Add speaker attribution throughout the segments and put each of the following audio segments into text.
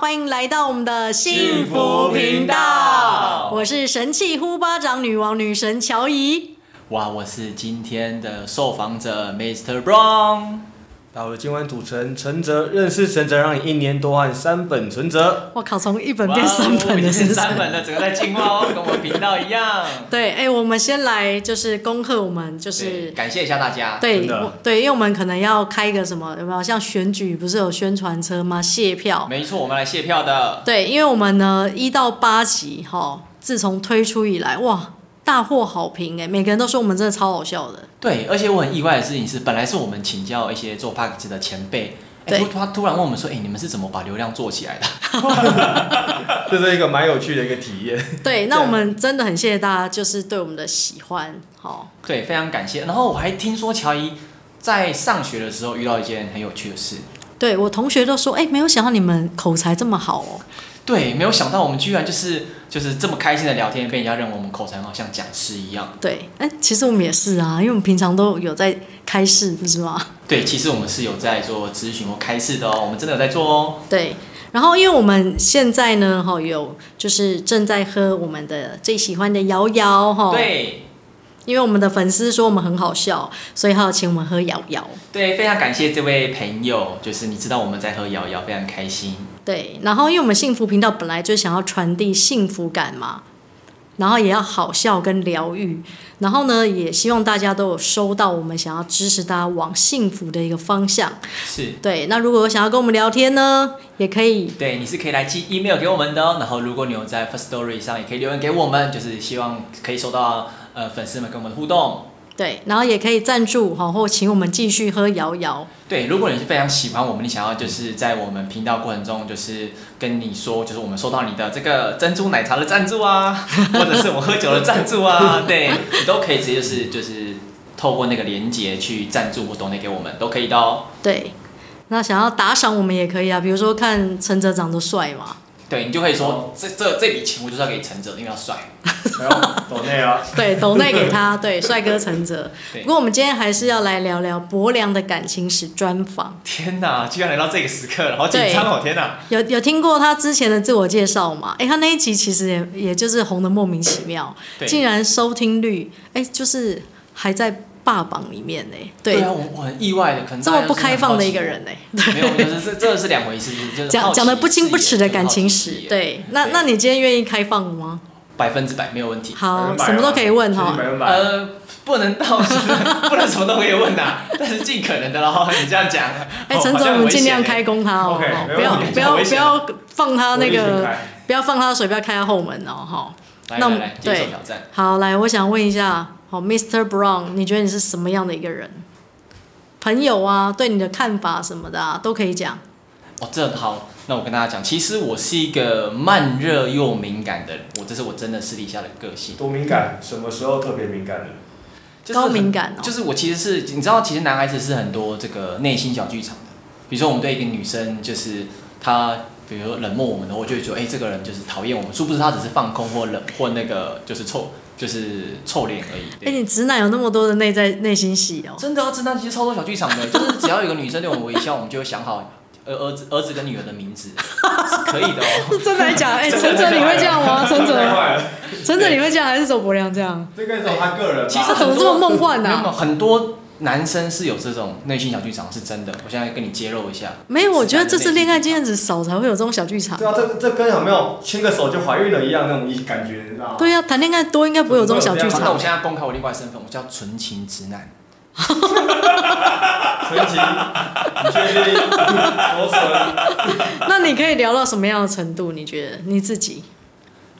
Speaker 1: 欢迎来到我们的幸
Speaker 2: 福频道
Speaker 1: 我是神器呼巴掌女王女神乔伊。
Speaker 2: 哇，我是今天的受访者 Mr. Brown。
Speaker 3: 到了今晚主持人陈哲，认识陈哲让你一年多换三本存折。
Speaker 1: 我靠，从一本变三
Speaker 2: 哇哦
Speaker 1: 本
Speaker 2: 已
Speaker 1: 了，是
Speaker 2: 经
Speaker 1: 不是？
Speaker 2: 三本了，整个在进化哦，跟我们频道一样。
Speaker 1: 对，哎、我们先来就是恭贺我们就是
Speaker 2: 对感谢一下大家。
Speaker 1: 对
Speaker 3: 真的
Speaker 1: 我对，因为我们可能要开一个什么有没有像选举不是有宣传车吗？卸票。
Speaker 2: 没错，我们来卸票的。
Speaker 1: 对，因为我们呢一到八集哈、自从推出以来，哇，大获好评哎，每个人都说我们真的超好笑的。
Speaker 2: 对，而且我很意外的事情是，本来是我们请教一些做 p a c k a 的前辈，
Speaker 1: 对
Speaker 2: 哎，突他突然问我们说，哎，你们是怎么把流量做起 来的？
Speaker 3: 这是一个蛮有趣的一个体 验。
Speaker 1: 对，那
Speaker 2: 对
Speaker 1: 我们真的很谢谢大家，就是对我们的喜欢。好，
Speaker 2: 对，非常感谢。然后我还听说乔伊在上学的时候遇到一件很有趣的事。
Speaker 1: 对我同学都说，哎、没有想到你们口才这么好哦。
Speaker 2: 对，没有想到我们居然就是就是这么开心的聊天，被人家认为我们口才好像讲师一样。
Speaker 1: 对，哎、其实我们也是啊，因为我们平常都有在开市，不是吗？
Speaker 2: 对，其实我们是有在做咨询或开示的哦，我们真的有在做哦。
Speaker 1: 对，然后因为我们现在呢，哈、有就是正在喝我们的最喜欢的瑶瑶哈，，
Speaker 2: 对
Speaker 1: 因为我们的粉丝说我们很好笑，所以还有请我们喝瑶瑶。
Speaker 2: 对，非常感谢这位朋友，就是你知道我们在喝瑶瑶，非常开心。
Speaker 1: 对，然后因为我们幸福频道本来就想要传递幸福感嘛，然后也要好笑跟疗愈，然后呢，也希望大家都有收到我们想要支持大家往幸福的一个方向。
Speaker 2: 是
Speaker 1: 对，那如果有想要跟我们聊天呢，也可以。
Speaker 2: 对，你是可以来寄 email 给我们的哦。然后如果你有在 First Story 上，也可以留言给我们，就是希望可以收到呃粉丝们跟我们的互动。
Speaker 1: 对，然后也可以赞助哈，或请我们继续喝瑶瑶。
Speaker 2: 对，如果你是非常喜欢我们，你想要就是在我们频道过程中，就是跟你说，就是我们收到你的这个珍珠奶茶的赞助啊，或者是我喝酒的赞助啊，对你都可以直接就是就是透过那个连接去赞助或抖内给我们都可以的哦。
Speaker 1: 对，那想要打赏我们也可以啊，比如说看陈哲长得帅嘛，
Speaker 2: 对你就可以说这这这笔钱我就是要给陈哲，因为要帅。
Speaker 3: 然后抖内啊，
Speaker 1: 对，抖内给他，对，帅哥陈哲。
Speaker 2: 对
Speaker 1: 不过我们今天还是要来聊聊伯良的感情史专访。
Speaker 2: 天哪，居然来到这个时刻了，好紧
Speaker 1: 对
Speaker 2: 张哦！天哪，
Speaker 1: 有有听过他之前的自我介绍吗？哎，他那一集其实也也就是红的莫名其妙，
Speaker 2: 对
Speaker 1: 竟然收听率哎就是还在霸榜里面呢。对，
Speaker 2: 啊，我我很意外的，可能
Speaker 1: 这
Speaker 2: 大
Speaker 1: 么
Speaker 2: 家
Speaker 1: 不
Speaker 2: 就是很
Speaker 1: 开放
Speaker 2: 好
Speaker 1: 的
Speaker 2: 奇
Speaker 1: 一个人呢，
Speaker 2: 我，没有，没有，这这这是两回事，就是好
Speaker 1: 讲
Speaker 2: 奇
Speaker 1: 讲的不清不
Speaker 2: 之
Speaker 1: 楚
Speaker 2: 言
Speaker 1: 的
Speaker 2: 就是
Speaker 1: 感
Speaker 2: 好
Speaker 1: 情
Speaker 2: 奇之
Speaker 1: 史。
Speaker 2: 言
Speaker 1: 对，那那你今天愿意开放吗？
Speaker 2: 百分之百没有问题。
Speaker 1: 好，
Speaker 3: 100
Speaker 1: 什么都可以问
Speaker 3: 啊
Speaker 1: 哈
Speaker 3: 确。定100
Speaker 2: 呃，不能到，不能什么都可以问呐、啊 但是尽可能的喽。你这样讲，
Speaker 1: 哎，
Speaker 2: 哦
Speaker 1: 陈总，
Speaker 2: 好像
Speaker 1: 我
Speaker 2: 很
Speaker 1: 们
Speaker 2: 危
Speaker 1: 尽量
Speaker 2: 险欸
Speaker 1: 开工他哦，
Speaker 3: OK，
Speaker 1: 哦
Speaker 3: 没
Speaker 1: 不要
Speaker 3: 问题
Speaker 1: 不要
Speaker 2: 危
Speaker 1: 不
Speaker 2: 险
Speaker 1: 要放他呃那
Speaker 3: 我一起
Speaker 1: 个
Speaker 3: 开，
Speaker 1: 不要放他水，不要开他后门哦，哈。
Speaker 2: 来
Speaker 1: 那我
Speaker 2: 来
Speaker 1: 们
Speaker 2: 来，接
Speaker 1: 对
Speaker 2: 受挑战。
Speaker 1: 好，来，我想问一下，好，Mr. Brown，你觉得你是什么样的一个人？朋友啊，对你的看法什么的啊，都可以讲。
Speaker 2: 哦，这很好。那我跟大家讲，其实我是一个慢热又敏感的人，我这是我真的私底下的个性，
Speaker 3: 多敏感，什么时候特别敏感的？
Speaker 2: 就是
Speaker 1: 高
Speaker 2: 很
Speaker 1: 敏感哦
Speaker 2: 就是我其实是，你知道，其实男孩子是很多这个内心小剧场的。比如说，我们对一个女生，就是她，比如说冷漠我们的，我就会觉得，哎、这个人就是讨厌我们，殊不知她只是放空或冷或那个就是臭，就是臭脸而已。对
Speaker 1: 哎、你直男有那么多的内在 内心戏哦。
Speaker 2: 真的要知道，其实超多小剧场 的，就是只要有个女生对我们微笑，我们就会想好儿儿子、儿子跟女儿的名字，是可以的 哦。
Speaker 1: 是真的还假的？哎、
Speaker 2: 真的
Speaker 1: 陈哲你会这样 吗？陈
Speaker 3: 太
Speaker 1: 哲，
Speaker 3: 坏了，
Speaker 1: 陈哲你会这样还是走伯良这样？
Speaker 3: 这个是他个人吧。
Speaker 2: 其实
Speaker 1: 他怎么这么梦幻
Speaker 2: 没
Speaker 1: 呢、
Speaker 2: 有没有
Speaker 1: 啊？
Speaker 2: 很多男生是有这种内心小剧场，是真的。我现在跟你揭露一下，
Speaker 1: 没有，我觉得这是恋爱经
Speaker 2: 验。
Speaker 1: 验值少才会有这种小剧场
Speaker 3: 对。啊，这这跟有没有牵个手就怀孕了一样那种一感觉，你知道吗？
Speaker 1: 对呀、谈恋爱多应该不啊会有这种小剧
Speaker 2: 好那我
Speaker 1: 场。
Speaker 2: 现在公开我另外身份，我叫纯情直男。
Speaker 3: 纯情，你确定？多纯？
Speaker 1: 那你可以聊到什么样的程度？你觉得你自己？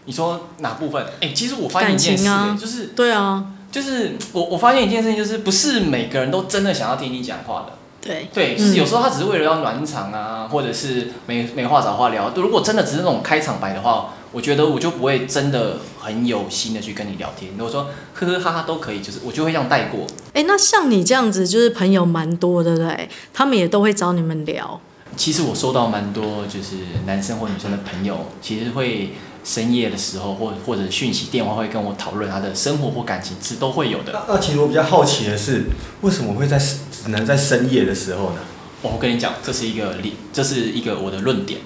Speaker 2: 你说哪部分？哎、其实我发现一件事、
Speaker 1: 感情啊
Speaker 2: 就是
Speaker 1: 对啊，
Speaker 2: 就是我我发现一件事情，就是不是每个人都真的想要听你讲话的。
Speaker 1: 对
Speaker 2: 对，
Speaker 1: 嗯
Speaker 2: 就是有时候他只是为了要暖场啊，或者是没没话找话聊。如果真的只是那种开场白的话，我觉得我就不会真的很有心的去跟你聊天。如果说呵呵哈哈都可以，就是我就会这样带过。
Speaker 1: 哎、那像你这样子，就是朋友蛮多的，对不对？他们也都会找你们聊。
Speaker 2: 其实我收到蛮多就是男生或女生的朋友，其实会深夜的时候或或者讯息电话会跟我讨论他的生活或感情，是都会有的。
Speaker 3: 那那其实我比较好奇的是，为什么会在只能在深夜的时候呢？
Speaker 2: 我跟你讲，这是一个理，这是一个我的论点。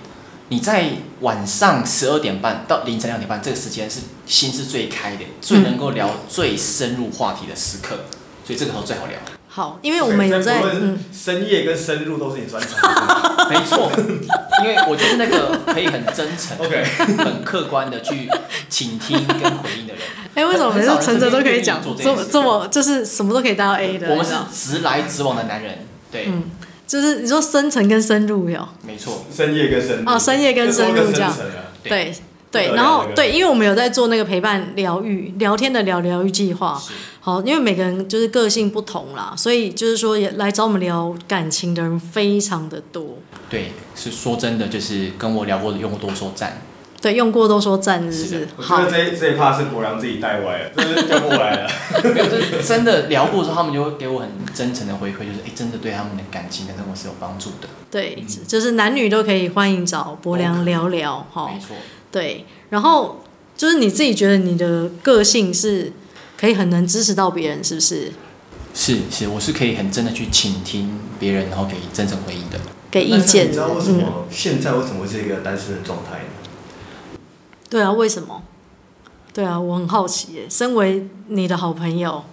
Speaker 2: 你在晚上十二点半到凌晨两点半这个时间是心是最开的，最能够聊最深入话题的时刻，所以这个时候最好聊。
Speaker 1: 好，因为我们有在
Speaker 3: 不论
Speaker 1: 嗯。
Speaker 3: 是深夜跟深入都是你专长。
Speaker 2: 没错，因为我就是那个可以很真 诚、
Speaker 3: OK
Speaker 2: 很客观的去倾听跟回应的 人。
Speaker 1: 哎、为什么每次陈哲都可以讲
Speaker 2: 很少人
Speaker 1: 这么
Speaker 2: 愿意做这件事
Speaker 1: 这么，就是什么都可以带到 A 的？
Speaker 2: 我
Speaker 1: 你
Speaker 2: 们是
Speaker 1: 知道
Speaker 2: 直来直往的男人，对，
Speaker 1: 啊嗯，就是你说深层跟深入有
Speaker 2: 没错，
Speaker 3: 深夜跟深入。
Speaker 1: 哦，深夜跟深入这样，
Speaker 3: 就多个深层啊
Speaker 2: 对
Speaker 1: 对
Speaker 3: 这
Speaker 1: 对，
Speaker 3: 个
Speaker 1: 然后
Speaker 3: 这个
Speaker 1: 对，因为我们有在做那个陪伴疗愈聊天的聊疗愈计划，
Speaker 2: 是
Speaker 1: 好，因为每个人就是个性不同啦，所以就是说也来找我们聊感情的人非常的多，
Speaker 2: 对，是说真的，就是跟我聊过的用户多说赞，
Speaker 1: 对，用过都说赞，是不
Speaker 2: 是
Speaker 1: 是
Speaker 2: 的？
Speaker 3: 我觉
Speaker 1: 好
Speaker 3: 得，这一这一趴是博良自己带 歪了，这是叫过来了。
Speaker 2: 没有，就是真的聊过之后，他们就会给我很真诚的回馈，就是哎、真的对他们的感情跟生活是有帮助的，
Speaker 1: 对，
Speaker 3: 嗯
Speaker 1: 就是男女都可以欢迎找伯良聊聊，哈
Speaker 2: 没。错，
Speaker 1: 对，然后就是你自己觉得你的个性是可以很能支持到别人，是不是？
Speaker 2: 是是，我是可以很真的去倾听别人，然后给真诚回应的。
Speaker 1: 给意见，
Speaker 3: 你知道为什么
Speaker 1: 嗯？
Speaker 3: 现在为什么会是一个单身的状态呢？
Speaker 1: 对啊，为什么？对啊，我很好奇耶。身为你的好朋友，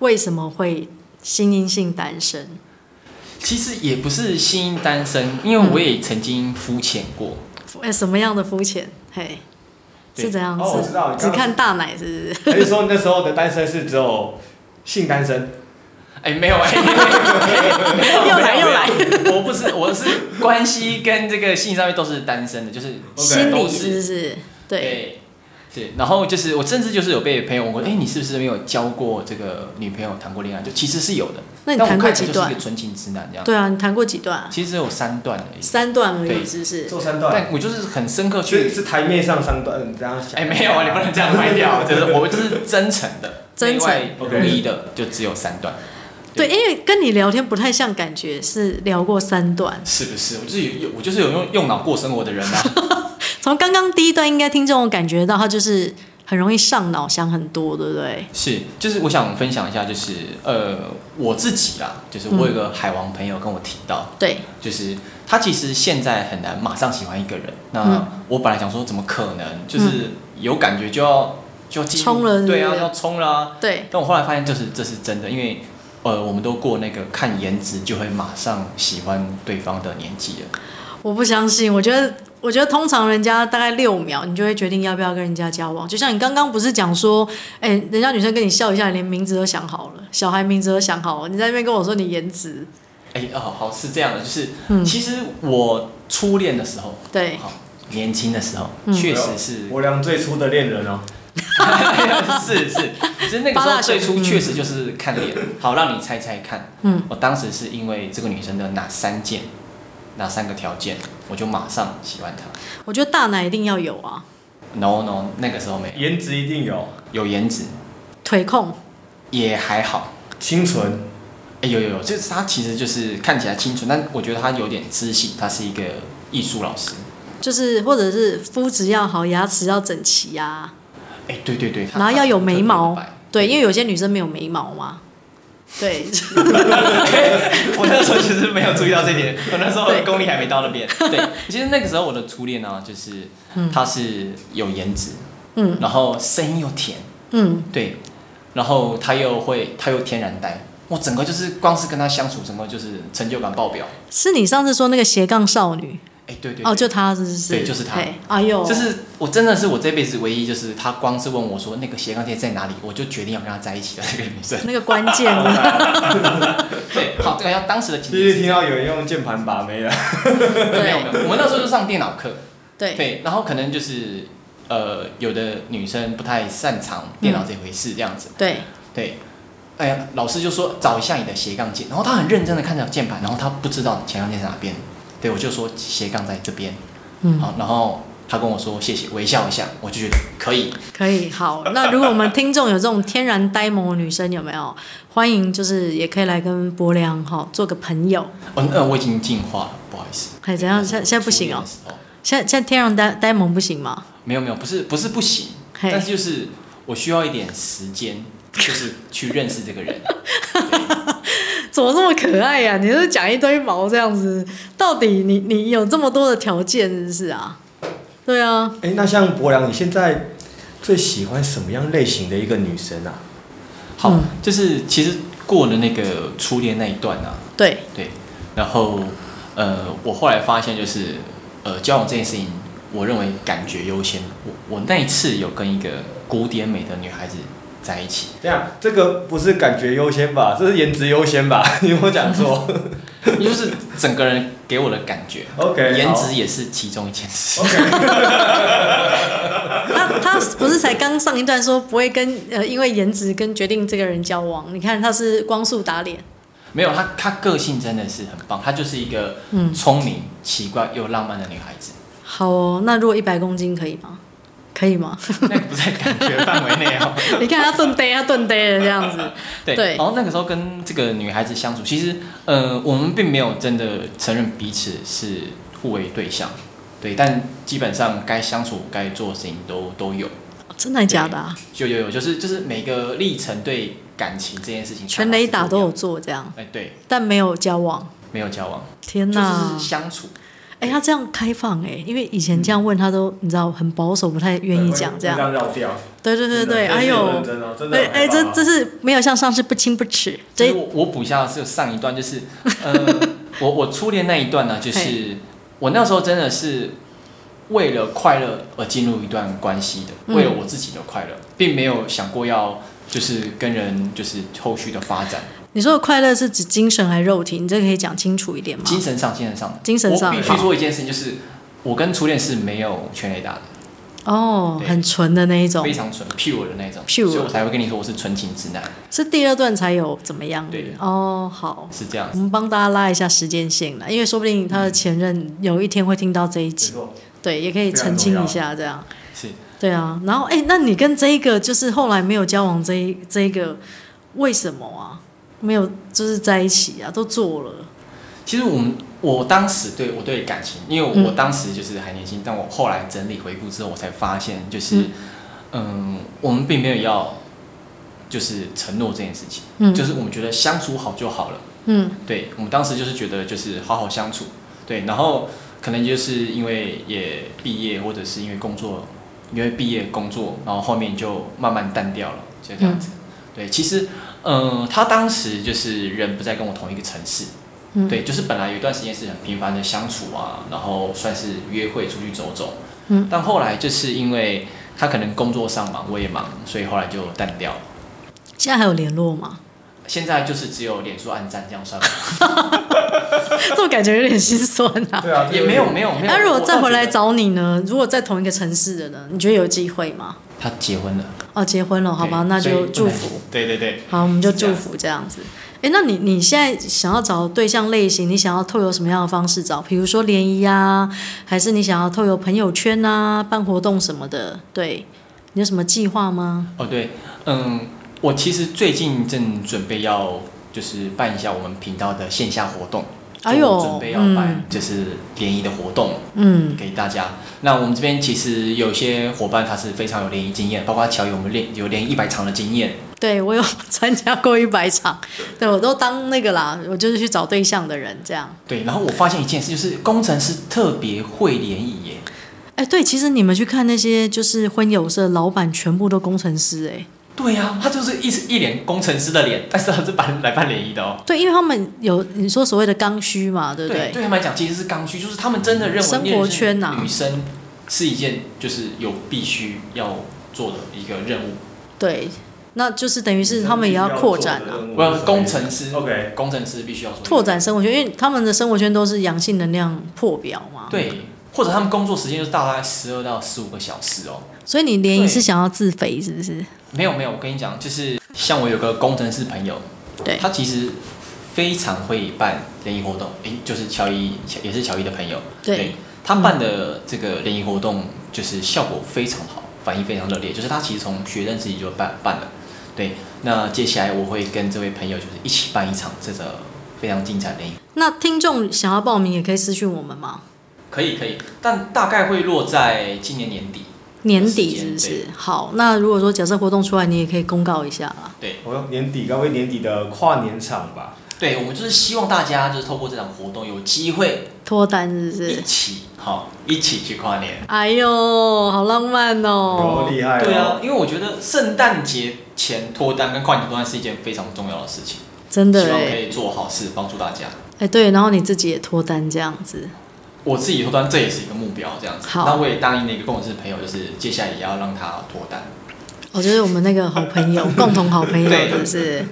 Speaker 1: 为什么会心因性单身？
Speaker 2: 其实也不是心单身，因为我也曾经肤浅过，
Speaker 1: 哎，什么样的肤浅？嘿，
Speaker 2: 对
Speaker 1: 是怎样？
Speaker 3: 哦我
Speaker 1: 是
Speaker 3: 知道你刚
Speaker 1: 只
Speaker 3: 刚
Speaker 1: 看大奶是不是？
Speaker 3: 还是说你那时候的单身是只有性单身？
Speaker 2: 哎、没有 哎、
Speaker 1: 又来又来，
Speaker 2: 我不是，我是关系跟这个性上面都是单身的，就是
Speaker 3: OK，
Speaker 1: 心理
Speaker 2: 都
Speaker 1: 是不是？对，
Speaker 2: 对，是，然后就是我甚至就是有被朋友问过，哎、你是不是没有交过这个女朋友谈过恋爱？就其实是有的。
Speaker 1: 那你
Speaker 2: 但我
Speaker 1: 谈过
Speaker 2: 看起来
Speaker 1: 几
Speaker 2: 就是
Speaker 1: 段
Speaker 2: 一个纯情直男这样。
Speaker 1: 对啊，你谈过几段啊？
Speaker 2: 其实只有三段而已，
Speaker 1: 三段而已，
Speaker 2: 对
Speaker 1: 是不是？
Speaker 3: 做三段，
Speaker 2: 但我就是很深刻
Speaker 3: 所以
Speaker 2: 去。
Speaker 3: 是台面上三段，嗯你这样想。
Speaker 2: 哎、没有啊，你不能这样卖 掉，就是我就是真诚的，
Speaker 1: 真诚
Speaker 2: 内外如一的，就只有三段，
Speaker 1: 对，因为跟你聊天不太像，感觉是聊过三段。
Speaker 2: 是不是？我就是有有，我就是有用用脑过生活的人 啊。
Speaker 1: 从刚刚第一段，应该听众有感觉到他就是很容易上脑，想很多，对不对？
Speaker 2: 是，就是我想分享一下，就是呃我自己啦，就是我有一个海王朋友跟我提到，
Speaker 1: 对，
Speaker 2: 就是他其实现在很难马上喜欢一个人。那
Speaker 1: 嗯
Speaker 2: 我本来想说，怎么可能？就是有感觉就要就要进入
Speaker 1: 冲了是不是
Speaker 2: 对啊，要冲了啊。
Speaker 1: 对，
Speaker 2: 但我后来发现，就是这是真的，因为呃，我们都过那个看颜值就会马上喜欢对方的年纪了。
Speaker 1: 我不相信，我觉得，我觉得通常人家大概六秒，你就会决定要不要跟人家交往。就像你刚刚不是讲说，哎，人家女生跟你笑一下，你连名字都想好了，小孩名字都想好了，你在那边跟我说你颜值，
Speaker 2: 哎、哦，好，是这样的，就是、
Speaker 1: 嗯
Speaker 2: 其实我初恋的时候，
Speaker 1: 对，
Speaker 2: 好年轻的时候，
Speaker 1: 嗯
Speaker 2: 确实是
Speaker 3: 我俩最初的恋人哦，
Speaker 2: 是是，其实那个时候最初确实就是看脸。好，让你猜猜看，
Speaker 1: 嗯，
Speaker 2: 我当时是因为这个女生的哪三件、哪三个条件，我就马上喜欢她。
Speaker 1: 我觉得大奶一定要有啊，
Speaker 2: No No，那个时候没有，
Speaker 3: 颜值一定有，
Speaker 2: 有颜值
Speaker 1: 腿控，
Speaker 2: 也还好。
Speaker 3: 清纯，
Speaker 2: 哎、有有有，就是她其实就是看起来清纯，但我觉得她有点知性，她是一个艺术老师。
Speaker 1: 就是或者是肤质要好，牙齿要整齐啊。
Speaker 2: 哎、对对对，她
Speaker 1: 然后要有眉毛
Speaker 2: 她特别白
Speaker 1: 对，因为有些女生没有眉毛嘛。对，
Speaker 2: 我那时候其实没有注意到这 一点，我那时候
Speaker 1: 对
Speaker 2: 功力还没到那 边。对， 其实那个时候我的初恋呢、就是
Speaker 1: 嗯
Speaker 2: 她是有颜值，
Speaker 1: 嗯
Speaker 2: 然后声音又甜，
Speaker 1: 嗯，
Speaker 2: 对，然后她又会，她又天然呆，我整个就是光是跟她相处，整个就是成就感爆表。
Speaker 1: 是你上次说那个斜杠少女
Speaker 2: 哎，对对
Speaker 1: 哦，就
Speaker 2: 对
Speaker 1: 她是不是？
Speaker 2: 对就是她
Speaker 1: 嘿。哎呦，
Speaker 2: 就是我真的是我这辈子唯一，就是她光是问我说那个斜杠店在哪里，我就决定要跟她在一起的那个女生。
Speaker 1: 那个关键，
Speaker 2: 对， 好，对，要当时的情
Speaker 3: 第一
Speaker 2: 景
Speaker 3: 次听到有人用键盘把妹了，
Speaker 2: 没有
Speaker 1: 对
Speaker 2: 没有，我们那时候就上电脑课，
Speaker 1: 对
Speaker 2: 对，然后可能就是呃，有的女生不太擅长电脑这回事，这样子。
Speaker 1: 对，
Speaker 2: 对，哎呀，老师就说找一下你的斜杠键，然后他很认真的看着键盘，然后他不知道斜杠键在哪边。对，我就说斜杠在这边，
Speaker 1: 嗯，
Speaker 2: 好，然后他跟我说谢谢，微笑一下，我就觉得可以。
Speaker 1: 可以。好，那如果我们听众有这种天然呆萌的女生，有没有欢迎？就是也可以来跟伯良哈做个朋友。
Speaker 2: 嗯、呃，我已经进化了，不好意思。
Speaker 1: 嘿，怎样？现在现在不行
Speaker 2: 初恋
Speaker 1: 哦
Speaker 2: 的，时候。
Speaker 1: 现在现在天然呆呆萌不行吗？
Speaker 2: 没有没有，不是不是不行，
Speaker 1: 嘿
Speaker 2: 但是就是
Speaker 1: 嗯
Speaker 2: 我需要一点时间，就是去认识这个人。对
Speaker 1: 怎么这么可爱呀、你是讲一堆毛这样子，到底你你有这么多的条件是不是啊？对啊，
Speaker 3: 哎，那像博良，你现在最喜欢什么样类型的一个女生啊？
Speaker 2: 好，
Speaker 1: 嗯
Speaker 2: 就是其实过了那个初恋那一段啊，
Speaker 1: 对，
Speaker 2: 对，然后呃，我后来发现就是呃，交往这件事情，我认为感觉优先。我我那一次有跟一个古典美的女孩子在一起，
Speaker 3: 这样，这个不是感觉优先吧？这是颜值优先吧？ 你有没有讲错
Speaker 2: 就是整个人给我的感觉，
Speaker 3: ？OK，
Speaker 2: 颜
Speaker 3: 好
Speaker 2: 值也是其中一件事。
Speaker 3: OK，
Speaker 1: 他他不是才刚上一段说不会跟呃因为颜值跟决定这个人交往，你看他是光速打脸，
Speaker 2: 没有，她她个性真的是很棒，她就是一个
Speaker 1: 嗯，
Speaker 2: 聪明、奇怪又浪漫的女孩子，
Speaker 1: 好哦，那如果一百公斤可以吗？可以 吗？
Speaker 2: 那个不在感觉范围内哦。
Speaker 1: 你看他顿呆，他顿呆的这样 子，
Speaker 2: 对，
Speaker 1: 对
Speaker 2: 然后那个时候跟这个女孩子相处，其实呃，我们并没有真的承认彼此是互为对象，对，但基本上该相处、该做的事情都都有，
Speaker 1: 真的假的、啊？
Speaker 2: 就有有，就是就是每个历程对感情这件事情，
Speaker 1: 全雷打都有
Speaker 2: 有，
Speaker 1: 做这样，
Speaker 2: 哎，对，
Speaker 1: 但没有交往。
Speaker 2: 没有交往，
Speaker 1: 天
Speaker 2: 就
Speaker 1: 哪
Speaker 2: 是！相处，
Speaker 1: 哎、他这样开放哎、因为以前这样问他都你知道很保守，不太愿意讲这样。
Speaker 3: 会样绕掉。
Speaker 1: 对对对对，
Speaker 3: 真的
Speaker 1: 哎
Speaker 3: 这是
Speaker 1: 呦
Speaker 3: 认，真哦真的
Speaker 1: 哎
Speaker 3: 很
Speaker 1: 哎，
Speaker 3: 棒
Speaker 1: 这
Speaker 3: 啊
Speaker 1: 这是没有像上次不亲不耻，
Speaker 2: 所以
Speaker 1: 这
Speaker 2: 我我补一下，是上一段就是，呃，我我初恋那一段呢，就是我那时候真的是为了快乐而进入一段关系的，
Speaker 1: 嗯
Speaker 2: 为了我自己的快乐，并没有想过要就是跟人就是后续的发展，
Speaker 1: 你说的快乐是指精神还是肉体？你这个可以讲清楚一点吗？
Speaker 2: 精神上精神上的，
Speaker 1: 嗯精神上啊
Speaker 2: 我必须说一件事情，就是我跟初恋是没有全雷达的，
Speaker 1: 哦，
Speaker 2: 对
Speaker 1: 很纯的那一种
Speaker 2: 非，常纯 pure 的那种
Speaker 1: pure
Speaker 2: 所以我才会跟你说我是纯情直男，
Speaker 1: 是第二段才有怎么样？
Speaker 2: 对
Speaker 1: 哦，好，
Speaker 2: 是这样
Speaker 1: 我。们帮大家拉一下时间线了，因为说不定他的前任有一天会听到这一
Speaker 3: 没
Speaker 1: 集，
Speaker 3: 错，
Speaker 1: 对，也可以澄清一下这样。
Speaker 2: 是
Speaker 1: 对啊，然后哎、那你跟这一个就是后来没有交往这一这一个，为什么啊？没有就是在一起啊，都做了，
Speaker 2: 其实我们我当时对我对感情，因为我
Speaker 1: 嗯
Speaker 2: 当时就是还年轻，但我后来整理回顾之后，我才发现就是，
Speaker 1: 嗯
Speaker 2: 嗯、我们并没有要就是承诺这件事情，
Speaker 1: 嗯，
Speaker 2: 就是我们觉得相处好就好了。
Speaker 1: 嗯
Speaker 2: 对我们当时就是觉得就是好好相处，对，然后可能就是因为也毕业或者是因为工作，因为毕业工作，然后后面就慢慢淡掉了，就这样子。对，其实，嗯、他当时就是人不在跟我同一个城市，
Speaker 1: 嗯
Speaker 2: 对，就是本来有一段时间是很频繁的相处啊，然后算是约会出去走走，
Speaker 1: 嗯，
Speaker 2: 但后来就是因为他可能工作上忙，我也忙，所以后来就淡掉了。
Speaker 1: 现在还有联络吗？
Speaker 2: 现在就是只有脸书暗赞这样算吗？
Speaker 1: 这种感觉有点心酸啊。
Speaker 3: 对啊，
Speaker 2: 也没有没有没有。
Speaker 1: 那如果再回来
Speaker 2: 我倒觉得
Speaker 1: 找你呢？如果在同一个城市的呢？你觉得有机会吗？
Speaker 2: 他结婚了，
Speaker 1: 哦，结婚了，好吧，
Speaker 2: 对
Speaker 1: 那就祝。
Speaker 2: 所以
Speaker 1: 福。
Speaker 2: 不能对对对，
Speaker 1: 好，我们就祝福这样子。哎，那你你现在想要找对象类型，你想要透过什么样的方式找？比如说联谊啊，还是你想要透过朋友圈啊、办活动什么的？对，你有什么计划吗？
Speaker 2: 哦对，嗯，我其实最近正准备要就是办一下我们频道的线下活动，
Speaker 1: 哎
Speaker 2: 就
Speaker 1: 呦
Speaker 2: 我准备要
Speaker 1: 嗯
Speaker 2: 办就是联谊的活动
Speaker 1: 嗯
Speaker 2: 给大家。那我们这边其实有些伙伴他是非常有联谊经验，包括乔有我们联有联谊一百场的经验，，
Speaker 1: 对我有参加过一百场，对我都当那个啦，我就是去找对象的人这样。
Speaker 2: 对。然后我发现一件事，就是工程师特别会联谊耶，
Speaker 1: 哎，对，其实你们去看那些就是婚友社老板，全部都工程师哎、
Speaker 2: 对呀、他就是一直一脸工程师的脸，但是他是办来办联谊的哦。
Speaker 1: 对，因为他们有你说所谓的刚需嘛，对不
Speaker 2: 对他们来讲其实是刚需，就是他们真的认为
Speaker 1: 生活圈啊呐
Speaker 2: 女生是一件就是有必须要做的一个任务。
Speaker 1: 对，那就是等于是他们也要扩展啊。
Speaker 3: 嗯我
Speaker 2: 我工程师
Speaker 3: OK，
Speaker 2: 工程师必须要做
Speaker 1: 拓展生活圈，因为他们的生活圈都是阳性能量破表嘛。，
Speaker 2: 对，或者他们工作时间就是大概十二到十五个小时哦。
Speaker 1: 所以你联谊
Speaker 2: 对
Speaker 1: 是想要自肥是不是？
Speaker 2: 没有没有，我跟你讲，就是像我有个工程师朋友，
Speaker 1: 对
Speaker 2: 他其实非常会办联谊活动，诶，就是乔伊也是乔伊的朋友，
Speaker 1: 对
Speaker 2: 他办的这个联谊活动就是效果非常好，反应非常热烈，就是他其实从学生时期就办办了，对，那接下来我会跟这位朋友就是一起办一场这个非常精彩的联谊。
Speaker 1: 那听众想要报名也可以私讯我们嘛，
Speaker 2: 可以可以，但大概会落在今年年底。
Speaker 1: 年底
Speaker 2: 有时
Speaker 1: 是
Speaker 2: 间
Speaker 1: 不是
Speaker 2: 对？
Speaker 1: 好，那如果说假设活动出来，你也可以公告一下啦。
Speaker 3: 我年底，该不会年底的跨年场吧？
Speaker 2: 对，我们就是希望大家就是透过这场活动有机会
Speaker 1: 脱单是不
Speaker 2: 一
Speaker 1: 是？
Speaker 2: 起好、一起去跨年。
Speaker 1: 哎呦，好浪漫
Speaker 3: 哦
Speaker 1: 哦！
Speaker 3: 厉害、哦，
Speaker 2: 对啊，因为我觉得圣诞节前脱单跟跨年脱单是一件非常重要的事情，
Speaker 1: 真的
Speaker 2: 希望可
Speaker 1: 哎，
Speaker 2: 以做好事帮助大家。
Speaker 1: 哎对，然后你自己也脱单这样子，
Speaker 2: 我自己脱单这也是一个目标，这样子。
Speaker 1: 好
Speaker 2: 那我也答应了一个跟我是朋友，就是接下来也要让他脱 单。
Speaker 1: 我觉得我们那个好朋 友，共同好朋友
Speaker 2: 对
Speaker 1: 是不是？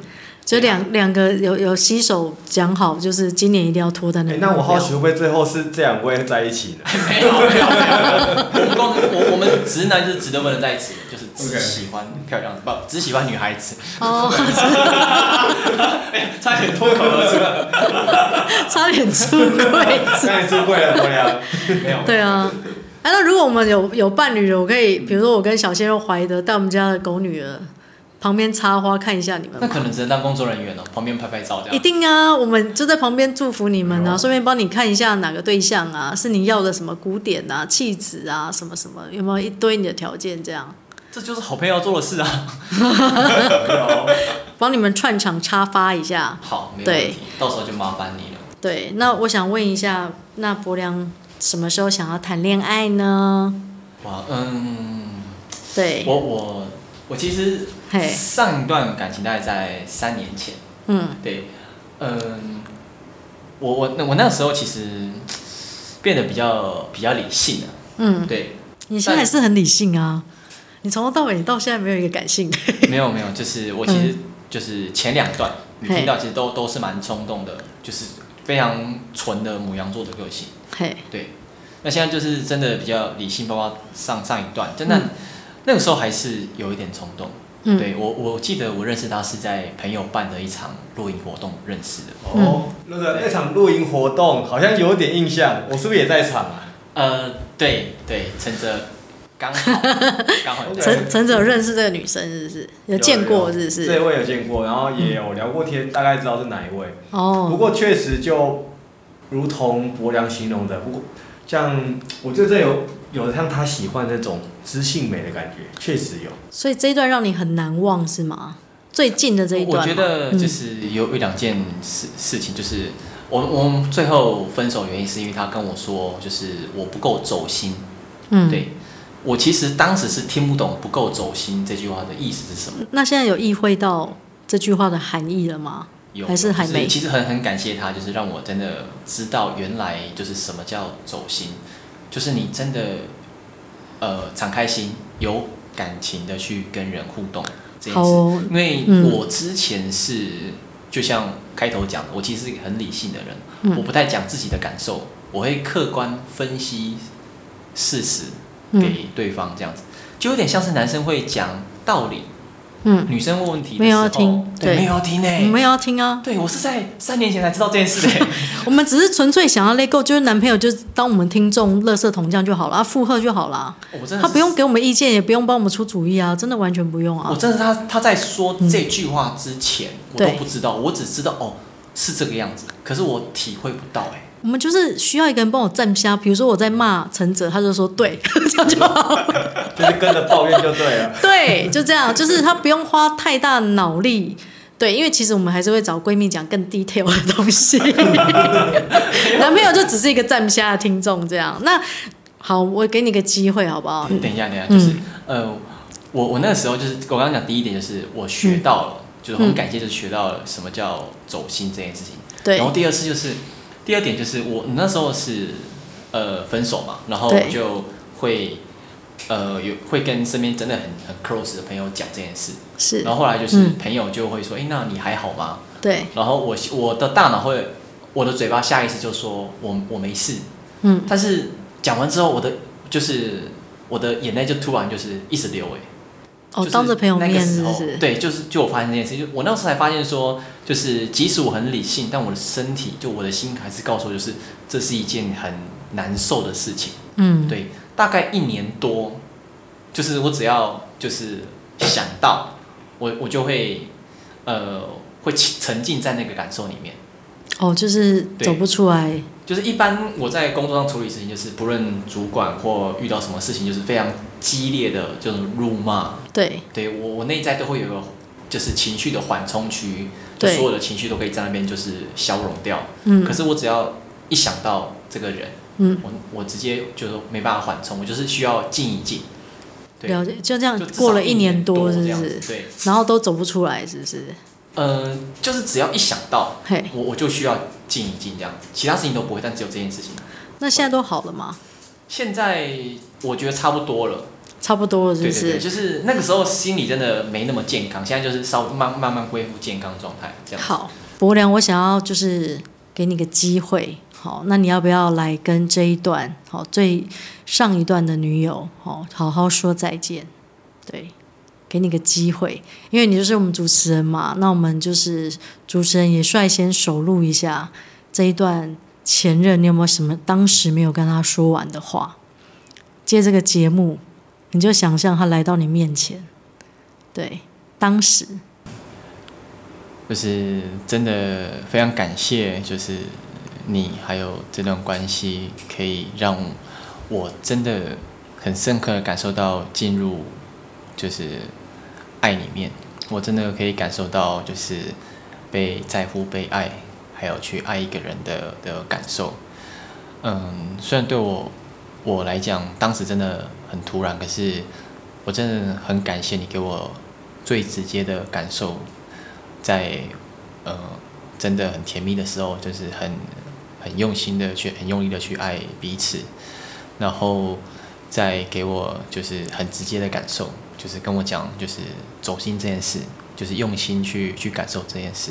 Speaker 1: 就两两个有有携手讲好，就是今年一定要脱单的
Speaker 3: 哎
Speaker 1: 目标。
Speaker 3: 那我好奇会不会最后是这两位在一起 呢？
Speaker 2: 没有没有没有，我们公我我们直男就是直的不能在一起，就是只
Speaker 3: OK
Speaker 2: 喜欢漂亮，不只喜欢女孩子，
Speaker 1: 哦，
Speaker 2: 差点脱口而出。啊
Speaker 1: 差点出柜。
Speaker 3: 那你出柜了，伯良。
Speaker 2: 没有，
Speaker 1: 对啊，哎、那如果我们有有伴侣的，我可以，比如说我跟小鲜肉怀德带我们家的狗女儿旁边插花看一下你们
Speaker 2: 那
Speaker 1: 吗。
Speaker 2: 可能只能当工作人员了，旁边拍拍照这
Speaker 1: 一
Speaker 2: 样。
Speaker 1: 定啊，我们就在旁边祝福你们
Speaker 3: 哎
Speaker 1: 啊，
Speaker 3: 呦
Speaker 1: 顺便帮你看一下哪个对象啊，是你要的什么古典啊、气质啊、什么什么，有没有一堆你的条件这样，
Speaker 2: 这就是好朋友要做的事啊。
Speaker 1: 帮你们串场插发一下。
Speaker 2: 好，没有
Speaker 1: 对
Speaker 2: 问题，到时候就麻烦你了。
Speaker 1: 对，那我想问一下，那伯良什么时候想要谈恋爱呢？
Speaker 2: 哇，嗯，
Speaker 1: 对，
Speaker 2: 我我我其实
Speaker 1: 嘿，
Speaker 2: 上一段感情大概在三年前，
Speaker 1: 嗯，
Speaker 2: 对，嗯，我我那我那时候其实变得比较比较理性了、
Speaker 1: 嗯，
Speaker 2: 对，
Speaker 1: 你现在还是很理性啊，你从头到尾你到现在没有一个感性 的。
Speaker 2: 没有没有，就是我其实就是前两段
Speaker 1: 嗯
Speaker 2: 你
Speaker 1: 嘿
Speaker 2: 听到其实都都是蛮冲动的，就是非常纯的母羊座的个性。
Speaker 1: 嘿，
Speaker 2: 对，那现在就是真的比较理性，包括上上一段，真的、那个时候还是有一点冲动。
Speaker 1: 嗯，
Speaker 2: 对我我记得我认识他是在朋友办的一场露营活动认识的。
Speaker 1: 嗯
Speaker 3: 哦，那个那场露营活动好像有点印象，我是不是也在场啊？
Speaker 2: 呃，对对，陈哲刚 好刚好有在
Speaker 1: 陈陈者有认识这个女生是不是？有见过是不
Speaker 3: 这
Speaker 1: 是？
Speaker 3: 位有见过，然后也有聊过天，大概知道是哪一位。不
Speaker 1: 哦，
Speaker 3: 过确实就如同伯良形容的，不过像我觉得这有有像他喜欢那种知性美的感觉，确实有。
Speaker 1: 所以这一段让你很难忘是吗？最近的这一
Speaker 2: 我
Speaker 1: 段吗，嗯
Speaker 2: 觉得就是有有两件事事情，就是我我们最后分手原因是因为他跟我说，就是我不够走心。
Speaker 1: 嗯，嗯。
Speaker 2: 对我其实当时是听不懂“不够走心”这句话的意思是什么。
Speaker 1: 那现在有意会到这句话的含义了吗？
Speaker 2: 有
Speaker 1: 还是
Speaker 2: 有
Speaker 1: 还
Speaker 2: 就
Speaker 1: 没
Speaker 2: 其实很很感谢他，就是让我真的知道原来就是什么叫走心，就是你真的呃敞开心，有感情的去跟人互动这件
Speaker 1: 好
Speaker 2: 事。
Speaker 1: 哦，
Speaker 2: 因为
Speaker 1: 嗯
Speaker 2: 我之前是、就像开头讲的，我其实是一个很理性的人，
Speaker 1: 嗯
Speaker 2: 我不太讲自己的感受，我会客观分析事实
Speaker 1: 嗯
Speaker 2: 给对方这样子，就有点像是男生会讲道理，
Speaker 1: 嗯，
Speaker 2: 女生问问题的
Speaker 1: 没有要
Speaker 2: 时候
Speaker 1: 听
Speaker 2: 对，
Speaker 1: 对
Speaker 2: 没有要听呢、
Speaker 1: 我们也要听啊。
Speaker 2: 对，我是在三年前才知道这件事的、
Speaker 1: 我们只是纯粹想要勒够，就是男朋友就是当我们听众、垃圾桶这样就好了，啊，附和就好了。
Speaker 2: 我真
Speaker 1: 嗯
Speaker 2: 的
Speaker 1: 他
Speaker 2: 是
Speaker 1: 不用，给我们意见，也不用帮我们出主意啊，真的完全不用
Speaker 2: 我
Speaker 1: 啊。
Speaker 2: 真的是他他在说这句话之前，我
Speaker 1: 嗯
Speaker 2: 都
Speaker 1: 对
Speaker 2: 不知道，我只知道哦是这个样子，可是我体会不到哎、
Speaker 1: 我们就是需要一个人帮我站下，比如说我在骂陈哲，他就说对，这样就好。
Speaker 3: 就是跟着抱怨就对 了。
Speaker 1: 对，就这样，就是他不用花太大脑力。对，因为其实我们还是会找闺蜜讲更 detail 的东 西，男朋友就只是一个站不下的听众这样。那好，我给你个机会好不好？
Speaker 2: 等一下，等一下，就是、
Speaker 1: 嗯
Speaker 2: 呃，我我那时候就是我刚刚讲第一点就是我学
Speaker 1: 嗯
Speaker 2: 到了，就是很感谢，就是学到了什么叫走心这件事情。
Speaker 1: 对
Speaker 2: 然，后第二次就是第二点就是我那时候是呃分手嘛，然后
Speaker 1: 对
Speaker 2: 我就会呃有会跟身边真的很很 close 的朋友讲这件事，
Speaker 1: 是
Speaker 2: 然，后后来就是
Speaker 1: 嗯
Speaker 2: 朋友就会说，哎、那你还好吗？
Speaker 1: 对，
Speaker 2: 然后我我的大脑会我的嘴巴下意识就说我我没事，
Speaker 1: 嗯，
Speaker 2: 但是讲完之后，我的就是我的眼泪就突然就是一直流哎、
Speaker 1: 哦
Speaker 2: 就，是
Speaker 1: 当着朋友
Speaker 2: 那
Speaker 1: 面
Speaker 2: 个时
Speaker 1: 是
Speaker 2: 候
Speaker 1: 不是？
Speaker 2: 对，就是就我发现这件事，就我那时候才发现说，就是即使我很理性，但我的身体就我的心还是告诉我，就是这是一件很难受的事情。
Speaker 1: 嗯，
Speaker 2: 对，大概一年多，就是我只要就是想到我，我就会呃会沉浸在那个感受里面。
Speaker 1: 哦，就是
Speaker 2: 对
Speaker 1: 走不出来，
Speaker 2: 就是一般我在工作上处理事情，就是不论主管或遇到什么事情，就是非常激烈的就是辱骂，
Speaker 1: 对
Speaker 2: 对我我内在都会有一个就是情绪的缓冲区，我
Speaker 1: 对
Speaker 2: 所有的情绪都可以在那边就是消融掉。
Speaker 1: 嗯
Speaker 2: 可是我只要一想到这个人，
Speaker 1: 嗯，
Speaker 2: 我我直接就没办法缓冲，我就是需要静一静。对
Speaker 1: 了解，就这样
Speaker 2: 就至少
Speaker 1: 过了
Speaker 2: 一
Speaker 1: 一年
Speaker 2: 多
Speaker 1: 是不
Speaker 2: 这样子
Speaker 1: 是？
Speaker 2: 对，
Speaker 1: 然后都走不出来，是不是？
Speaker 2: 呃，就是只要一想到，
Speaker 1: 嘿，
Speaker 2: 我我就需要静一静这样，其他事情都不会，但只有这件事情。
Speaker 1: 那现在都好了吗？
Speaker 2: 现在我觉得差不多了，
Speaker 1: 差不多了，是
Speaker 2: 对
Speaker 1: 不
Speaker 2: 对对，
Speaker 1: 是？
Speaker 2: 就是那个时候心理真的没那么健康，现在就是稍微慢慢慢恢复健康状态这样。
Speaker 1: 好，伯良，我想要就是给你个机会，好，那你要不要来跟这一段好最上一段的女友好好好说再见？对，给你个机会，因为你就是我们主持人嘛，那我们就是主持人也率先首录一下这一段前任，你有没有什么当时没有跟他说完的话？接这个节目，你就想象他来到你面前，对，当时
Speaker 2: 就是真的非常感谢，就是你还有这段关系，可以让我真的很深刻的感受到进入就是爱里面，我真的可以感受到就是被在乎、被爱，还有去爱一个人的的感受。嗯，虽然对我我来讲，当时真的很突然，可是我真的很感谢你给我最直接的感受，在呃真的很甜蜜的时候，就是很很用心的去很用力的去爱彼此，然后再给我就是很直接的感受，就是跟我讲就是走心这件事，就是用心去去感受这件事，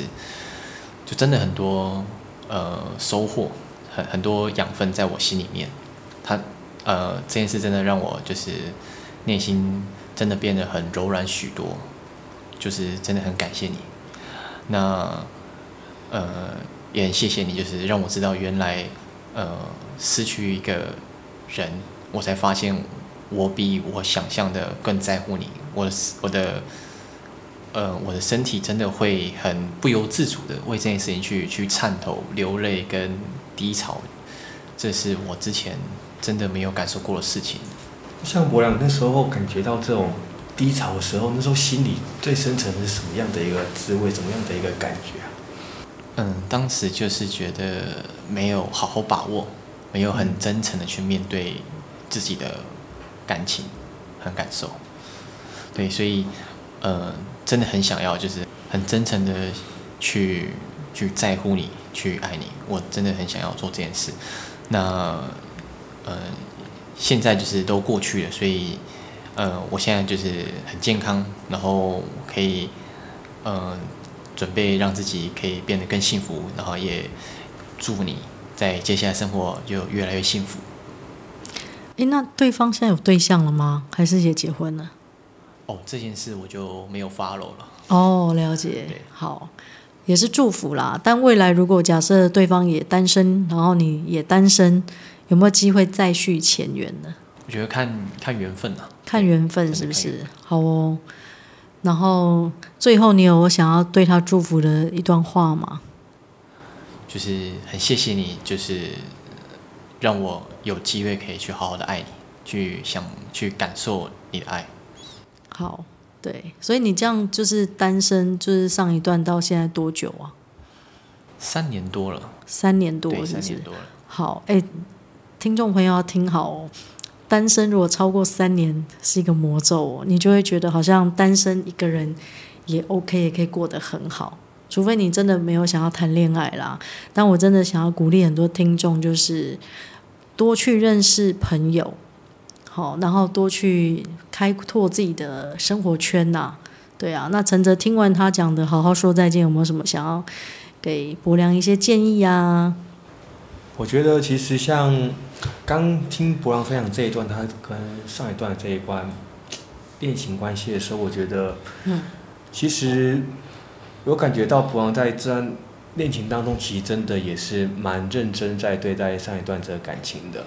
Speaker 2: 就真的很多呃收获，很很多养分在我心里面，他呃这件事真的让我就是呃内心真的变得很柔软许多，就是真的很感谢你。那呃，也很谢谢你，就是让我知道原来呃失去一个人，我才发现我比我想象的更在乎你。我的我的呃我的身体真的会很不由自主的为这件事情去去颤抖、流泪跟低潮，这是我之前真的没有感受过的事情。
Speaker 3: 像博良那时候感觉到这种低潮的时候，那时候心里最深层是什么样的一个滋味，怎么样的一个感觉啊？
Speaker 2: 嗯，当时就是觉得没有好好把握，没有很真诚的去面对自己的感情和感受，对，所以呃，真的很想要就是很真诚的去去在乎你，去爱你，我真的很想要做这件事。那呃，现在就是都过去了，所以呃，我现在就是很健康，然后可以呃，准备让自己可以变得更幸福，然后也祝你在接下来生活就越来越幸福。
Speaker 1: 诶，那对方现在有对象了吗？还是也结婚了？
Speaker 2: 哦，这件事我就没有 follow 了。
Speaker 1: 哦，了
Speaker 2: 对
Speaker 1: 解。好，也是祝福啦。但未来如果假设对方也单身，然后你也单身，有没有机会再续前缘呢？
Speaker 2: 我觉得看看缘分啊，
Speaker 1: 看缘分
Speaker 2: 对
Speaker 1: 是不
Speaker 2: 真的看
Speaker 1: 是？好哦。然后最后，你有想要对他祝福的一段话吗？
Speaker 2: 就是很谢谢你，就是让我有机会可以去好好的爱你，去想去感受你的爱。
Speaker 1: 好，对，所以你这样就是单身，就是上一段到现在多久啊？
Speaker 2: 三年多了，
Speaker 1: 三年多
Speaker 2: 对，
Speaker 1: 是
Speaker 2: 三
Speaker 1: 不是
Speaker 2: 年？多了。
Speaker 1: 好，哎、听众朋友要听好哦。单身如果超过三年是一个魔咒哦，你就会觉得好像单身一个人也 OK，也可以过得很好。除非你真的没有想要谈恋爱啦，但我真的想要鼓励很多听众，就是多去认识朋友，好，然后多去开拓自己的生活圈呐、对啊，那陈哲听完他讲的《好好说再见》，有没有什么想要给伯良一些建议啊？
Speaker 3: 我觉得其实像刚听博朗分享这一段，他跟上一段的这一关恋情关系的时候，我觉得，
Speaker 1: 嗯，
Speaker 3: 其实有感觉到博朗在这段恋情当中，其实真的也是蛮认真在对待上一段这个感情的。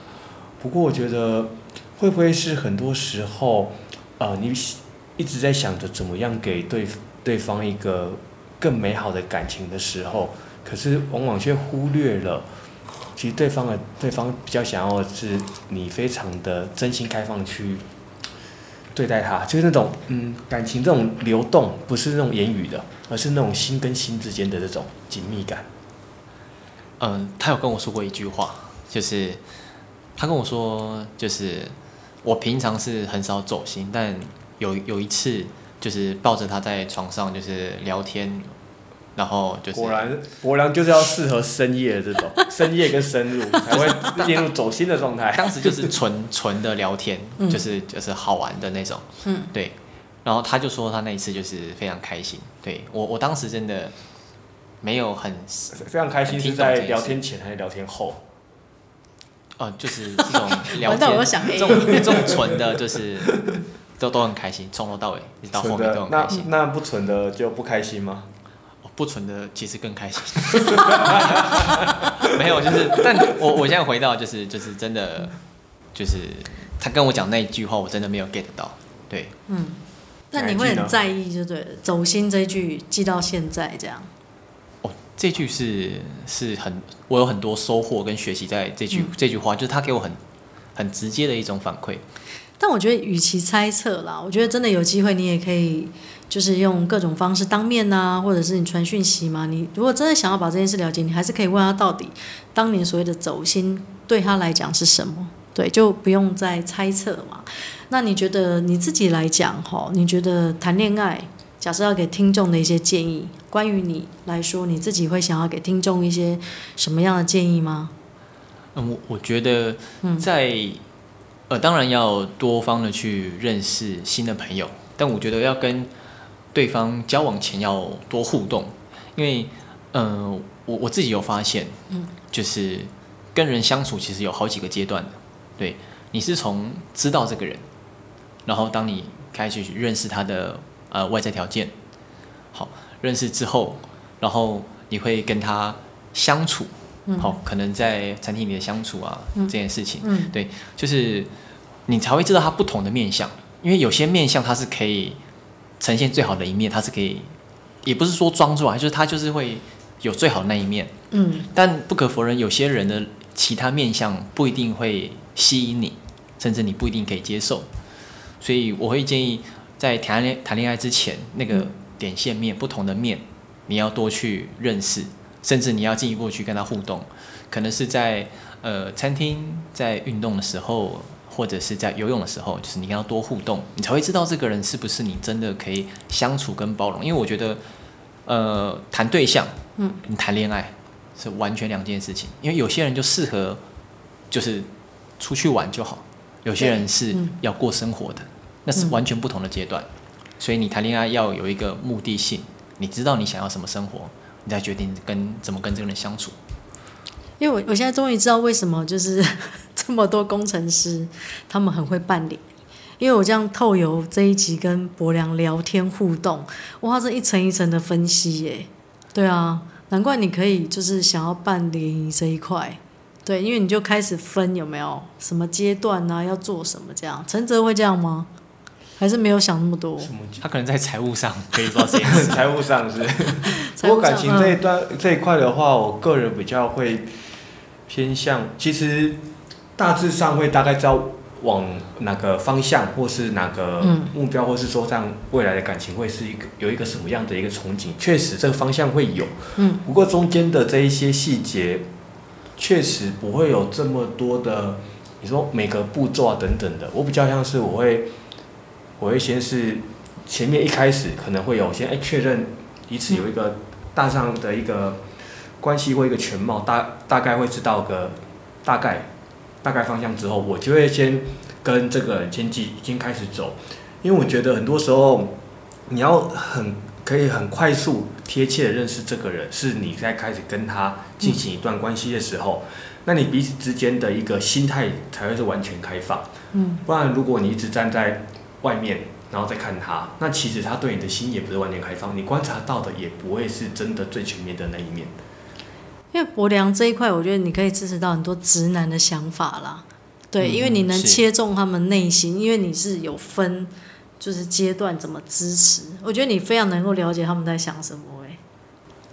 Speaker 3: 不过我觉得会不会是很多时候，呃，你一直在想着怎么样给对对方一个更美好的感情的时候，可是往往却忽略了。其实对方的对方比较想要的是你非常的真心开放去对待他，就是那种嗯感情这种流动，不是那种言语的，而是那种心跟心之间的这种紧密感。
Speaker 2: 嗯，他有跟我说过一句话，就是他跟我说，就是我平常是很少走心，但有有一次，就是抱着他在床上就是聊天，然后就是
Speaker 3: 果然，果然就是要适合深夜这 种，深夜跟深入才会进入走心的状态。
Speaker 2: 当时就是纯纯的聊天，
Speaker 1: 嗯
Speaker 2: 就是就是好玩的那种，
Speaker 1: 嗯，
Speaker 2: 对。然后他就说他那一次就是非常开心，对我我当时真的没有很
Speaker 3: 非常开心是在聊天前还是聊天后？
Speaker 2: 呃，就是这 种聊
Speaker 1: 完蛋我又
Speaker 2: 天，
Speaker 1: 想 A
Speaker 2: 这种这种纯的，就是都都很开心，从头到尾一直到后
Speaker 3: 纯
Speaker 2: 面都
Speaker 3: 的
Speaker 2: 很
Speaker 3: 那
Speaker 2: 开心。
Speaker 3: 那不纯的就不开心吗？
Speaker 2: 哦不纯的其实更开心， 没有，就是，但我我现在回到就是就是真的就是他跟我讲那一句话，我真的没有 get 到，对，
Speaker 1: 嗯，但你会很在意，就对了，走心这一句记到现在这样。
Speaker 2: 哦，这句是是很我有很多收获跟学习在这句、
Speaker 1: 嗯
Speaker 2: 这句话，就是他给我很很直接的一种反馈，
Speaker 1: 但我觉得，与其猜测啦，我觉得真的有机会，你也可以就是用各种方式当面呐、或者是你传讯息嘛。你如果真的想要把这件事了解，你还是可以问他到底当年所谓的走心对他来讲是什么。对，就不用再猜测嘛。那你觉得你自己来讲，吼，你觉得谈恋爱，假设要给听众的一些建议，关于你来说，你自己会想要给听众一些什么样的建议吗？
Speaker 2: 嗯，我我觉得
Speaker 1: 嗯
Speaker 2: 在、呃，当然要多方的去认识新的朋友，但我觉得要跟对方交往前要多互动，因为嗯、呃我我自己有发现，
Speaker 1: 嗯，
Speaker 2: 就是跟人相处其实有好几个阶段的，对，你是从知道这个人，然后当你开始去认识他的呃外在条件，好，认识之后，然后你会跟他相处。
Speaker 1: 嗯，
Speaker 2: 好、，可能在餐厅里的相处啊、
Speaker 1: 嗯
Speaker 2: 这件事情，
Speaker 1: 嗯
Speaker 2: 对，就是你才会知道它不同的面相，因为有些面相它是可以呈现最好的一面，它是可以，也不是说装出来，就是它就是会有最好的那一面，
Speaker 1: 嗯
Speaker 2: 但不可否认，有些人的其他面相不一定会吸引你，甚至你不一定可以接受，所以我会建议在谈恋谈恋爱之前，那个
Speaker 1: 嗯
Speaker 2: 点线面不同的面，你要多去认识，甚至你要进一步去跟他互动，可能是在呃餐厅在运动的时候。或者是在游泳的时候，就是你要多互动，你才会知道这个人是不是你真的可以相处跟包容。因为我觉得，呃，谈对象，
Speaker 1: 嗯，
Speaker 2: 你谈恋爱是完全两件事情，因为有些人就适合就是出去玩就好，有些人是
Speaker 1: 嗯
Speaker 2: 要过生活的，那是完全不同的阶段。所以你谈恋爱要有一个目的性，你知道你想要什么生活，你再决定跟怎么跟这个人相处。
Speaker 1: 因为我我现在终于知道为什么就是 这么多工程师他们很会办理，因为我这样透由这一集跟博良聊天互动，哇，这一层一层的分析耶，对啊，难怪你可以就是想要办联谊这一块，对，因为你就开始分有没有什么阶段啊，要做什么这样，陈哲会这样吗？还是没有想那么多？
Speaker 3: 什么。
Speaker 2: 他可能在财务上 可以做到这件事
Speaker 3: 财务上是？
Speaker 1: 才
Speaker 3: 不
Speaker 1: 会这
Speaker 3: 过感
Speaker 1: 样
Speaker 3: 情这一段这一块的话，我个人比较会偏向，其实大致上会大概知道往哪个方向，或是哪个
Speaker 1: 嗯
Speaker 3: 目标，或是说让未来的感情会是一个有一个什么样的一个憧憬。确实，这个方向会有，
Speaker 1: 嗯
Speaker 3: 不过中间的这一些细节，确实不会有这么多的，你说每个步骤啊等等的，我比较像是我会，我会先是前面一开始可能会有先哎确认彼此有一个大上的一个关系或一个全貌，大大概会知道个大概大概方向之后，我就会先跟这个人先进先开始走，因为我觉得很多时候你要很可以很快速贴切的认识这个人，是你在开始跟他进行一段关系的时
Speaker 1: 嗯
Speaker 3: 候，那你彼此之间的一个心态才会是完全开放。
Speaker 1: 嗯
Speaker 3: 不然，如果你一直站在外面，然后再看他，那其实他对你的心也不是完全开放，你观察到的也不会是真的最全面的那一面。
Speaker 1: 因为薄凉这一块，我觉得你可以支持到很多直男的想法啦。对，
Speaker 2: 嗯
Speaker 1: 因为你能
Speaker 2: 是
Speaker 1: 切中他们内心，因为你是有分就是阶段怎么支持，我觉得你非常能够了解他们在想什么、欸。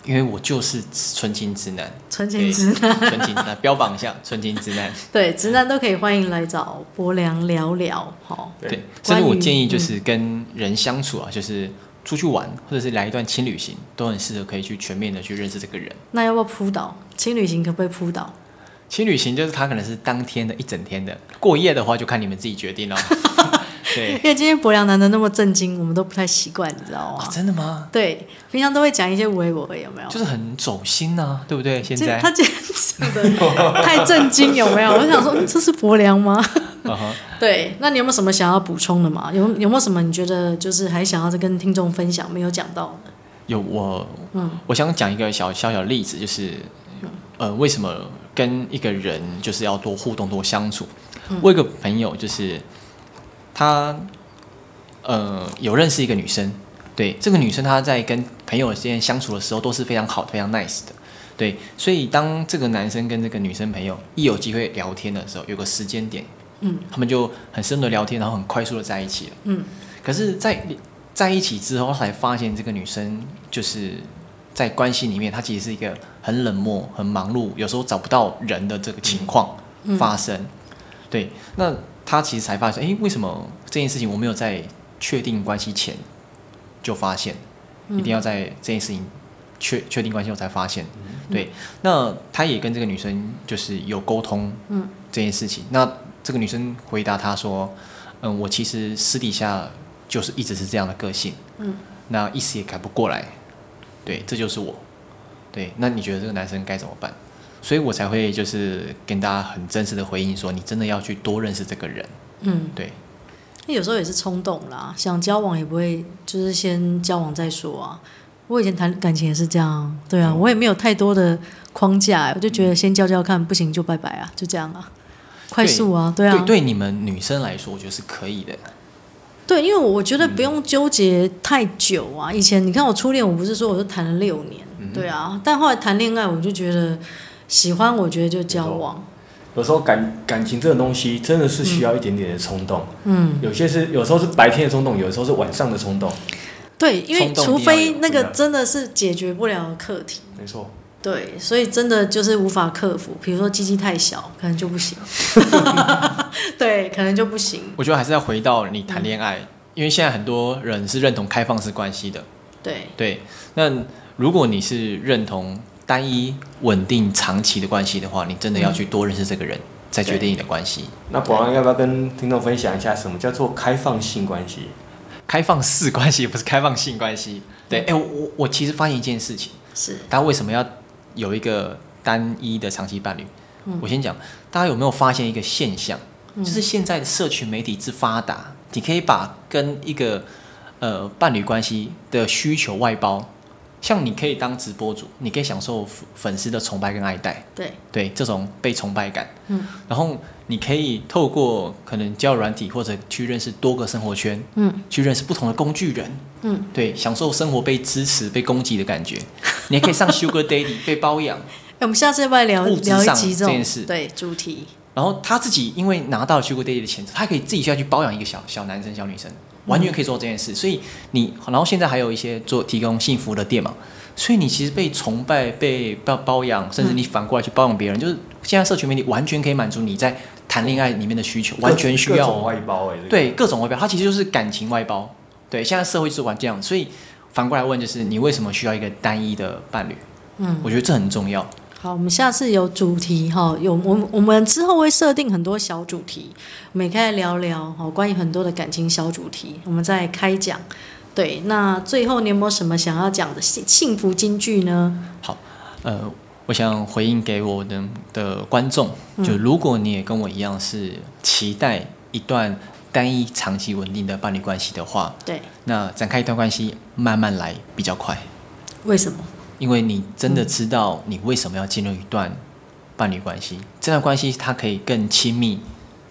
Speaker 2: 因为我就是纯情直男，
Speaker 1: 纯情直男，
Speaker 2: 纯情直男，标榜一下纯情直男。
Speaker 1: 对，直男都可以欢迎来找伯良聊聊，好，
Speaker 3: 对
Speaker 2: 对，
Speaker 1: 关于
Speaker 2: 甚至我建议就是跟人相处啊，就是出去玩或者是来一段轻旅行，都很适合可以去全面的去认识这个人。
Speaker 1: 那要不要扑倒？轻旅行可不可以扑倒？
Speaker 2: 轻旅行就是他可能是当天的一整天的，过夜的话就看你们自己决定了。对
Speaker 1: 因，为今天伯良难得那么震惊，我们都不太习惯，你知道
Speaker 2: 哦
Speaker 1: 吗？
Speaker 2: 真的吗？
Speaker 1: 对，平常都会讲一些微博，有没有？
Speaker 2: 就是很走心呐、对不对？现
Speaker 1: 这
Speaker 2: 在
Speaker 1: 他今天讲的太震惊，有没有？我想说，嗯这是伯良吗？
Speaker 2: 嗯哼
Speaker 1: 对，那你有没有什么想要补充的吗？有有没有什么你觉得就是还想要再跟听众分享没有讲到的？
Speaker 2: 有我，
Speaker 1: 嗯
Speaker 2: 我想讲一个小小小例子，就是，呃，为什么跟一个人就是要多互动、多相处？
Speaker 1: 嗯
Speaker 2: 我有个朋友就是，他，呃，有认识一个女生，对，这个女生她在跟朋友之间相处的时候都是非常好、非常 nice 的，对，所以当这个男生跟这个女生朋友一有机会聊天的时候，有个时间点，
Speaker 1: 嗯
Speaker 2: 他们就很深入的聊天，然后很快速的在一起了。
Speaker 1: 嗯，
Speaker 2: 可是在，在一起之后，才发现这个女生就是在关系里面，她其实是一个很冷漠、很忙碌，有时候找不到人的这个情况
Speaker 1: 嗯
Speaker 2: 发生。对，那她其实才发现，诶，为什么这件事情我没有在确定关系前就发现？
Speaker 1: 嗯
Speaker 2: 一定要在这件事情确确定关系后才发现。对，那他也跟这个女生就是有沟通
Speaker 1: 嗯
Speaker 2: 这件事情。那这个女生回答他说：“嗯，我其实私底下就是一直是这样的个性，
Speaker 1: 嗯，
Speaker 2: 那一时也改不过来。对，这就是我。对，那你觉得这个男生该怎么办？”所以我才会就是跟大家很真实的回应说，你真的要去多认识这个人，
Speaker 1: 嗯，
Speaker 2: 对，
Speaker 1: 那有时候也是冲动啦，想交往也不会就是先交往再说啊。我以前谈感情也是这样啊，对
Speaker 2: 嗯
Speaker 1: 啊，我也没有太多的框架，我就觉得先交交看，不行就拜拜啊，就这样啊，快速啊，对啊，
Speaker 2: 对，对你们女生来说，我觉得是可以的，
Speaker 1: 对，因为我觉得
Speaker 2: 嗯
Speaker 1: 不用纠结太久啊。以前你看我初恋，我不是说我就谈了六年，
Speaker 2: 嗯
Speaker 1: 对啊，但后来谈恋爱，我就觉得喜欢，我觉得就交往，
Speaker 3: 有时候感感情这种东西真的是需要一点点的冲动，
Speaker 1: 嗯，
Speaker 3: 有些是有时候是白天的冲动，有时候是晚上的冲动，
Speaker 1: 对，因为
Speaker 2: 嗯冲动
Speaker 1: 除非那个
Speaker 3: 对啊
Speaker 1: 真的是解决不了的课题，
Speaker 3: 没错。
Speaker 1: 对，所以真的就是无法克服。比如说鸡鸡太小，可能就不 行，对，可能就不行，
Speaker 2: 我觉得还是要回到你谈恋爱，因为现在很多人是认同开放式关系的。
Speaker 1: 对，
Speaker 2: 对，那如果你是认同单一、稳定、长期的关系的话，你真的要去多认识这个人，再决定你的关系。
Speaker 3: 那宝安要不要跟听众分享一下什么叫做开放性关系？
Speaker 2: 开放式关系不是开放性关系。对，哎、我我我其实发现一件事情，
Speaker 1: 是，
Speaker 2: 大家为什么要有一个单一的长期伴侣？
Speaker 1: 嗯
Speaker 2: 我先讲，大家有没有发现一个现象？
Speaker 1: 嗯
Speaker 2: 就是现在的社群媒体之发达，你可以把跟一个呃伴侣关系的需求外包，像你可以当直播主，你可以享受粉粉丝的崇拜跟爱戴，
Speaker 1: 对，
Speaker 2: 对这种被崇拜感。
Speaker 1: 嗯
Speaker 2: 然后你可以透过可能交友软体或者去认识多个生活圈，
Speaker 1: 嗯
Speaker 2: 去认识不同的工具人，
Speaker 1: 嗯，
Speaker 2: 对，享受生活被支持、被攻击的感觉。你还可以上 Sugar Daddy 被包养，
Speaker 1: 哎，我们下次要不要聊
Speaker 2: 物质
Speaker 1: 聊一
Speaker 2: 上
Speaker 1: 集这
Speaker 2: 这
Speaker 1: 种
Speaker 2: 件事
Speaker 1: 对主题？
Speaker 2: 然后他自己因为拿到 Sugar Daddy 的钱，他可以自己下去包养一个小小男生、小女生，完全可以做这件事。所以你，然后现在还有一些做提供幸福的店嘛，所以你其实被崇拜、被包包养，甚至你反过来去包养别人，就是现在社群媒体完全可以满足你在谈恋爱里面的需求，完全需
Speaker 3: 各
Speaker 2: 要
Speaker 3: 种
Speaker 2: 哦。
Speaker 3: 外包哎、这个
Speaker 2: 对各种外表，它其实就是感情外包。对，现在社会就是玩这样，所以反过来问，就是你为什么需要一个单一的伴侣？
Speaker 1: 嗯。
Speaker 2: 我觉得这很重要。
Speaker 1: 好，我们下次有主题哈，有我们我们之后会设定很多小主题，我们也可以来聊聊哦，关于很多的感情小主题，我们再开讲。对，那最后你有没有什么想要讲的幸幸福金句呢？
Speaker 2: 呃，我想回应给我的的观众，就如果你也跟我一样是期待一段单一、长期、稳定的伴侣关系的话，
Speaker 1: 对，
Speaker 2: 那展开一段关系慢慢来比较快，
Speaker 1: 为什么？
Speaker 2: 因为你真
Speaker 1: 嗯
Speaker 2: 的知道你为什么要进入一段伴侣关系，这段关系它可以更亲密，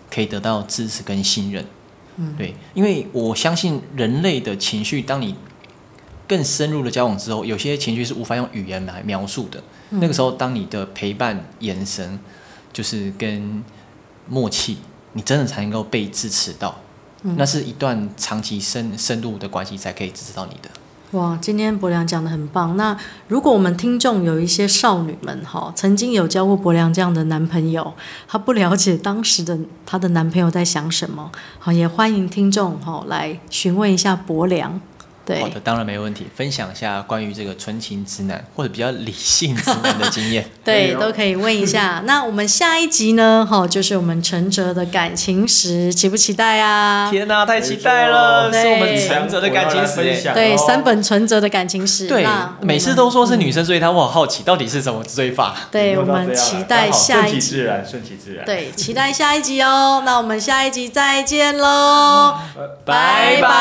Speaker 2: 可以得到支持跟信任。
Speaker 1: 嗯，
Speaker 2: 对，因为我相信人类的情绪，当你更深入的交往之后，有些情绪是无法用语言来描述的。
Speaker 1: 嗯
Speaker 2: 那个时候，当你的陪伴、眼神，就是跟默契，你真的才能够被支持到。
Speaker 1: 嗯
Speaker 2: 那是一段长期深深度的关系才可以支持到你的。
Speaker 1: 哇，今天伯良讲的很棒。那如果我们听众有一些少女们哈，曾经有交过伯良这样的男朋友，她不了解当时的她的男朋友在想什么，好，也欢迎听众哈来询问一下伯良。对
Speaker 2: 好，的，当然没问题。分享一下关于这个纯情直男或者比较理性直男的经验。
Speaker 1: 对，
Speaker 3: 哎呦
Speaker 1: 都可以问一下。那我们下一集呢？哈、就是我们陈哲的感情史，期不期待 啊？
Speaker 2: 天哪、太期待了，
Speaker 1: 对
Speaker 2: 是我们存折的感情
Speaker 3: 我要来
Speaker 2: 史
Speaker 3: 分
Speaker 2: 欸。
Speaker 3: 享
Speaker 1: 对，
Speaker 3: 哦
Speaker 1: 三本存哲的感情史。
Speaker 2: 对
Speaker 1: 那，
Speaker 2: 每次
Speaker 1: 我们
Speaker 2: 都说是女生追他，我好好奇到底是怎么追法。
Speaker 1: 对，我们期待下一
Speaker 3: 啊顺
Speaker 1: 集。
Speaker 3: 其自然，顺其自然。
Speaker 1: 对，期待下一集哦。那我们下一集再见喽，
Speaker 3: 呃
Speaker 1: 拜拜。